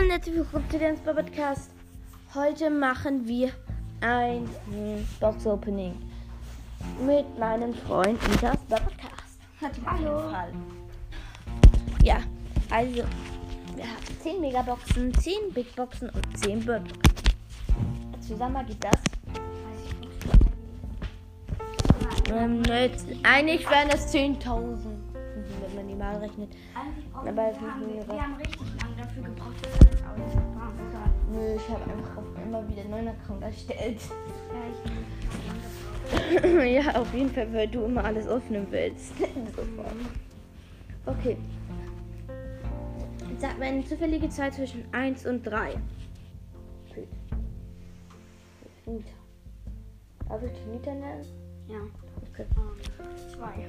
und herzlich willkommen zu dem Podcast. Heute machen wir ein hm, Box-Opening mit meinem Freund Nitas Podcast. Hallo. Ja, also wir haben 10 Megaboxen, 10 Big Boxen und 10 Bird Boxen. Zusammen ergibt das. Ähm, jetzt, eigentlich wären es 10.000, wenn man die mal rechnet. Dabei ist nicht mehr wir was. haben richtig lange dafür gebraucht, dass wir das Auto fahren. Egal. Nö, ich habe einfach auf immer wieder einen neuen Account erstellt. Ja, ich nehme das Land dafür. ja, auf jeden Fall, weil du immer alles öffnen willst. Sofort. okay. Sag mir eine zufällige Zahl zwischen 1 und 3. Nita. Darf ich dich Nita nennen? Ja. Okay. Ähm, zwei.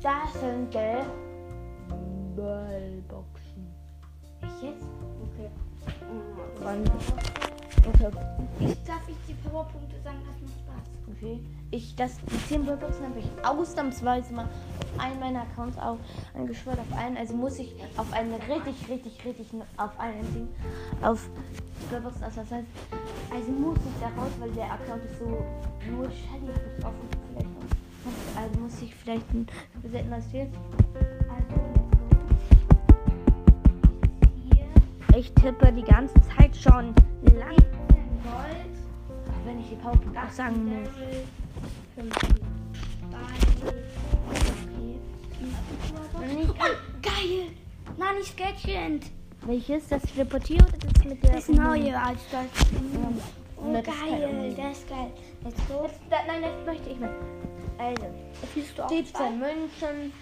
Das sind die Ballboxen. Ich jetzt? Okay. Ähm, Wann? Okay. Ich darf ich die Powerpunkte sagen, das macht Spaß. Okay. Ich, das, die 10 Ballboxen habe ich ausnahmsweise mal auf einen meiner Accounts auch angeschwört, auf einen. Also muss ich auf einen richtig, richtig, richtig, n- auf einen Ding, auf Ballboxen aus. Das heißt, also muss ich da raus, weil der Account ist so nur Shelly habe ich offen. Vielleicht noch. Also muss ich vielleicht ein besetzen, was fehlt. Also, jetzt so. Ich tippe die ganze Zeit schon lang, Hier 17 Gold. wenn ich die Powerpoint auch Das sagen muss. Level Und 5. ich kann, Geil! Nein, ich Gadget. welches? Das Teleportier oder das mit der... Das neue als das. Oh, Ne, das ist kein geil, Unmensch. das ist geil. Let's go. Jetzt, da, nein, das möchte ich nicht. Also, Fühlst du auch 17 München,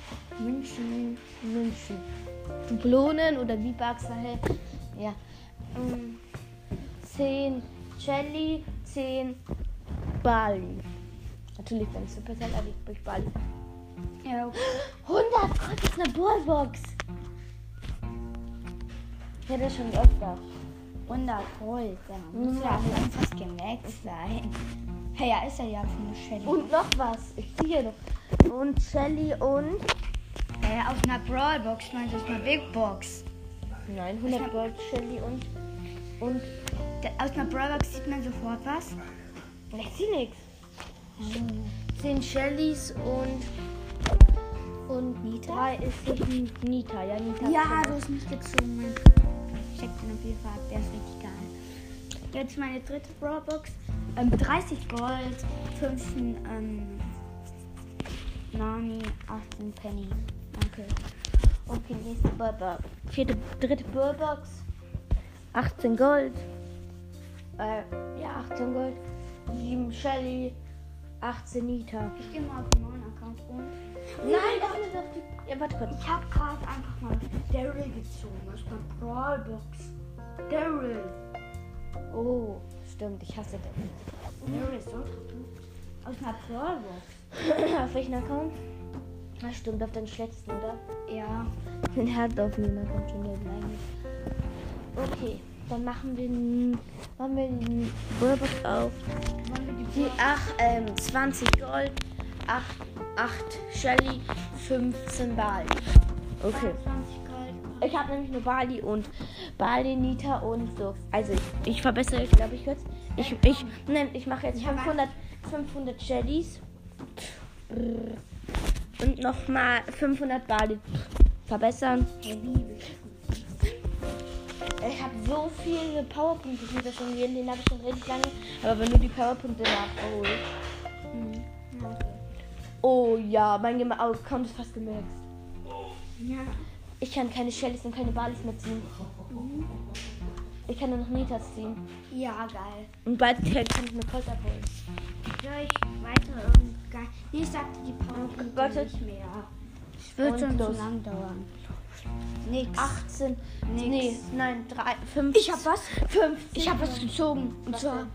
München, München. Dublonen oder V-Bucks, daher. ja. Ähm, 10 Jelly, 10 Bali. Natürlich, wenn es Supercell erliegt, bin ich Bali. Spaß? Ja, okay. 100, Gott, das ist eine Ballbox. Ich hätte das schon öfter. 100 Gold. Da muss Ja. ja auch dann fast gemaxt sein. Hey, ja, ist er ja für eine Shelly. Und noch was, ich sehe noch. Und Shelly und... Äh, auf einer Brawlbox, ich meine, das ist eine Big Box. Nein, 100 Gold, Shelly und... Und... Da, aus einer Brawlbox sieht man sofort was. Ich sehe nichts. 10 Shellys und Und Nita? drei ist nicht Nita. Ja, Nita. Ja, du hast mich gezogen. Check den auf jeden Fall ab, der ist richtig geil. Jetzt meine dritte Brawlbox. Ähm, 30 Gold, 15 ähm, Nani, 18 Penny. Okay. Okay, nächste Burbox. Vierte, dritte Burbox. 18 Gold. Äh, ja, 18 Gold. 7 Shelly. 18 Nita. Ich gehe mal auf den neuen Account und Nein, das ist auf die. Ja, warte kurz. ich habe gerade einfach mal Daryl gezogen aus der Brawlbox. Daryl. Oh, stimmt, ich hasse Daryl ist so Aus einer Brawlbox. den. auf welchen Account? Na, stimmt, auf den schlechtsten, oder? Ja. Den hat auf niemand kommt schon der bleiben. Okay, dann machen wir den, machen wir den Burbuck auf. Wollen wir die Die, ach, ähm, 20 Gold, 8, 8 Shelly, 15 Bali. Okay. 20 Gold. Ich habe nämlich nur Bali und Bali, Nita und so. Also ich, ich verbessere, ich glaube ich jetzt. Ich, ich, nein, ich mache jetzt 500, 500 Shellys. Brrr. Und nochmal 500 Bali verbessern. Ich habe so viele Powerpunkte, die wir schon jeden, den habe ich schon richtig lange. Aber wenn du die Powerpunkte nachholst. Ja, okay. Oh ja, mein Gem- Account ist fast gemaxt. Ja. Ich kann keine Shellys und keine Balis mehr ziehen. Ich kann nur noch Nitas ziehen. ja, geil. Und beide Teile kann ich mir Colt abholen. Ja, ich weiß irgendwie gar nicht. Nee, ich sagte die Powerpunkte Warte. nicht mehr. Es wird schon zu lang dauern. Nix. 18. Nix. Nee, nein, 3, 5. Ich hab was. 5. Ich hab was gezogen. Und Was zwar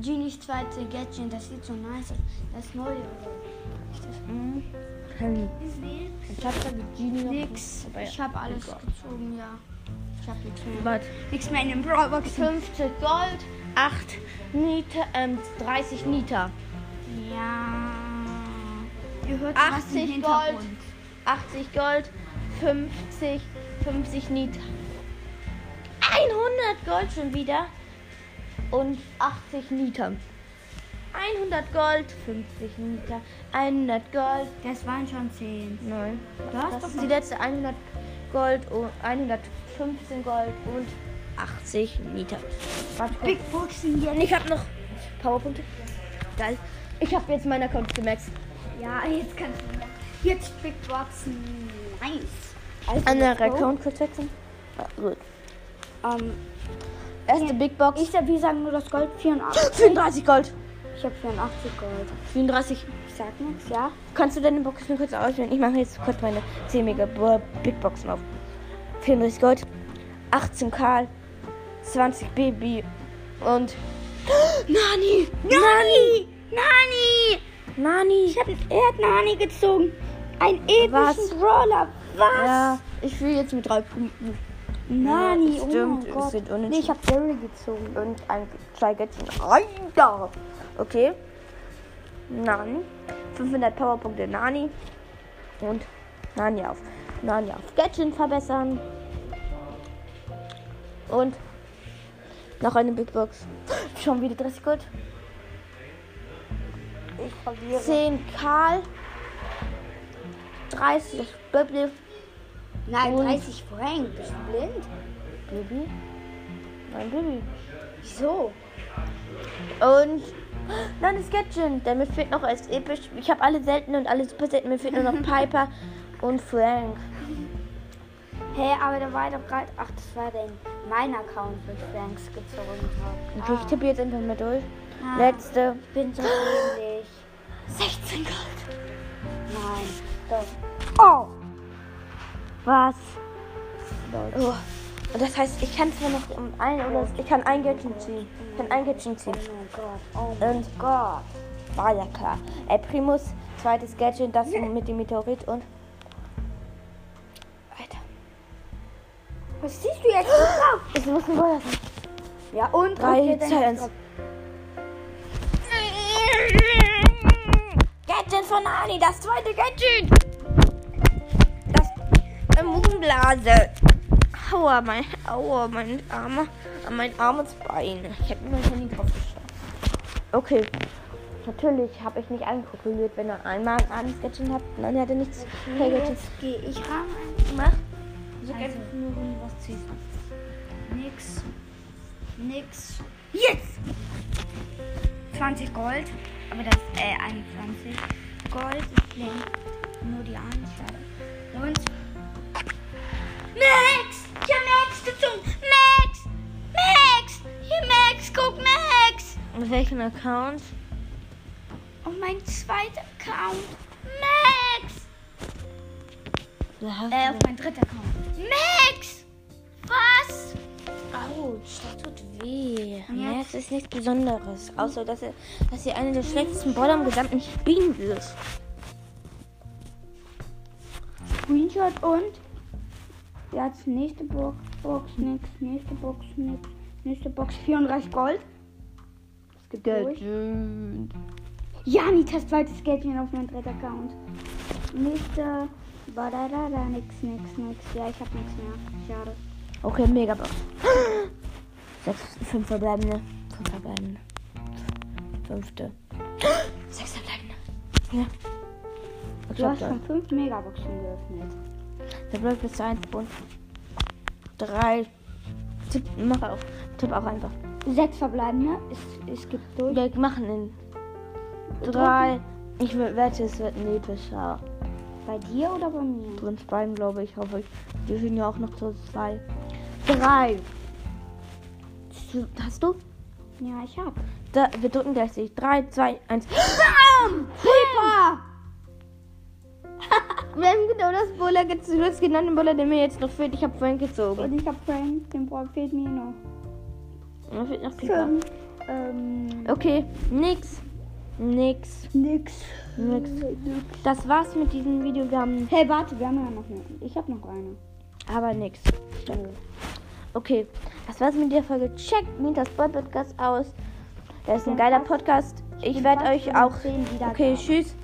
Genies zweite Gadget. Das sieht so nice aus. Das neue. Mhm. Hm. Ist nix. Ich hab da mit Genie noch Nix. dabei. Ich hab alles Egal. gezogen, ja. Ich hab nichts mehr. Warte. Nix mehr in den Brawlboxen. 50 Gold, 8 Nita, ähm, 30 Nita. Ja. Ihr hört 80 Gold. 80 Gold, 50, 50 Nita. 100 Gold schon wieder und 80 Niter. 100 Gold, 50 Niter, 100 Gold, Das waren schon 10. nein. Du hast Das doch ist noch- die letzte 100 Gold und 115 Gold und 80 Niter. Warte kurz. Big Boxen hier Ich habe noch Powerpunkte. Geil. Ich habe jetzt meinen Account gemaxt. Ja, jetzt kannst du wieder. Jetzt Big Boxen. Nice. Also, Andere let's go. Account kurz wechseln. Ah, gut. Ähm, Erste Big Box. ich sag, wir sagen nur das Gold 84. 34 Gold. Ich habe 84 Gold. 34. Ich sag nichts, ja? Kannst du deine Boxen kurz auswählen? Ich mache jetzt kurz meine 10 Mega Bo- Big Boxen auf. 34 Gold, 18 Karl, 20 Baby und Nani! Nani! Nani! Nani! Ich habe er hat Nani gezogen. Ein epischen Was? Brawler. Was? Ja, ich will jetzt mit drei Punkten Nani, Ja, oh stimmt, mein es Gott. sind unentschieden. Nee, ich habe Daryl gezogen. und ein zwei Göttchen rein da. Okay. Nani. 500 Powerpunkte Nani. Und Nani auf. Nani auf Göttchen verbessern. Und noch eine Big Box. Schon wieder 30 Gold. Ich verliere. 10 Karl. 30 Böbli. Nein, Und- 30 Frank. Bist du blind? Bibi. Nein, Bibi. Wieso? Und nein, das Gadget. Denn mir fehlt noch als episch. Ich habe alle seltenen und alle super seltenen. Mir fehlt nur noch Piper und Frank. Hä, aber da war doch gerade. Ach, das war denn mein Account, wo ich Franks gezogen habe. Okay, ich tippe jetzt einfach mal durch. Ah. Letzte. Ich bin so ähnlich. 16 Gold. Nein, doch. Oh! Was? Oh. Und das heißt, ich kann zwar noch um ein oder ich kann ein Gadget ziehen. Ich kann ein Gadget Oh ziehen. mein Gott, oh mein Und Gott. war ja klar. El Primus, zweites Gadget, das mit dem Meteorit und weiter. Was siehst du jetzt drauf? Es muss ein Ball sein. Ja, und Drei, okay, dann zwei, ist eins. drauf. Gadget von Ani, das zweite Gadget. Das Immunblase. Aua, mein, aua, mein Arme, mein armes Bein. Ich hätte mir mein Handy drauf gestanden. Okay. Natürlich habe ich nicht angekalkuliert, wenn er einmal ein armes Gadget hat. Nein, er hatte nichts. Kein Gadget Jetzt gehe ich ran. gemacht. So Also. Gadget nur, wenn du was ziehst. Nix. Nix. Jetzt! 20 Gold. Aber das ist äh, 21 Gold. Ich nehme nur die Anzahl. Und. Max! Ich hab Max gezogen! Max! Max! Hier Max! Guck, Max! Mit welchem Account? Und mein zweiter Account. Max! Äh, auf mein dritter Account. Max! Was? Autsch, das tut weh. Und Ja, jetzt? es ist nichts Besonderes, außer dass er, dass sie eine der schlechtesten Brawler im gesamten Spiel ist. Screenshot und jetzt nächste Box, Box, nix, nächste Box, nix, nächste Box, 34 Gold. Es gibt durch. Janitas zweites Geldchen auf meinem dritten Account. Nächste, badadada, nix, nix, nix. Ja, ich hab nichts mehr. Schade. Okay, Megabox. Sechs, fünf verbleibende. Fünf verbleibende. Fünfte. Sechs verbleibende. Ja. Ich Du glaub, hast da, schon fünf Megaboxen geöffnet. da bleibt bis zu eins und drei. Tipp, mach auch. Tipp auch einfach. Sechs verbleibende. Es, es gibt durch. Wir machen ihn. Drei. Ich wette, es wird ein epischer. Bei dir oder bei mir? drin beiden, glaube ich, hoffe ich. Die sind ja auch noch so zwei. Drei. Z- Hast du? Ja, ich hab. Da, wir drücken gleich. sich. Drei, zwei, eins. Bam! Creeper! Wir haben genau das Buller gezogen. Du hast genau den Buller, der mir jetzt noch fehlt. Ich habe vorhin gezogen. Und ich hab Frank, den Ball fehlt mir noch. Mir fehlt noch Pieper. Fünf. Ähm, Okay, nix. Nix. nix. Nix. Nix. Das war's mit diesem Video. Wir haben Hey, warte, wir haben ja noch eine. Ich hab noch eine. aber nix. Okay, das war's mit der Folge. Checkt Mitas Boy Podcast aus. Das ist ein geiler Podcast. Ich werde euch auch. Okay, tschüss.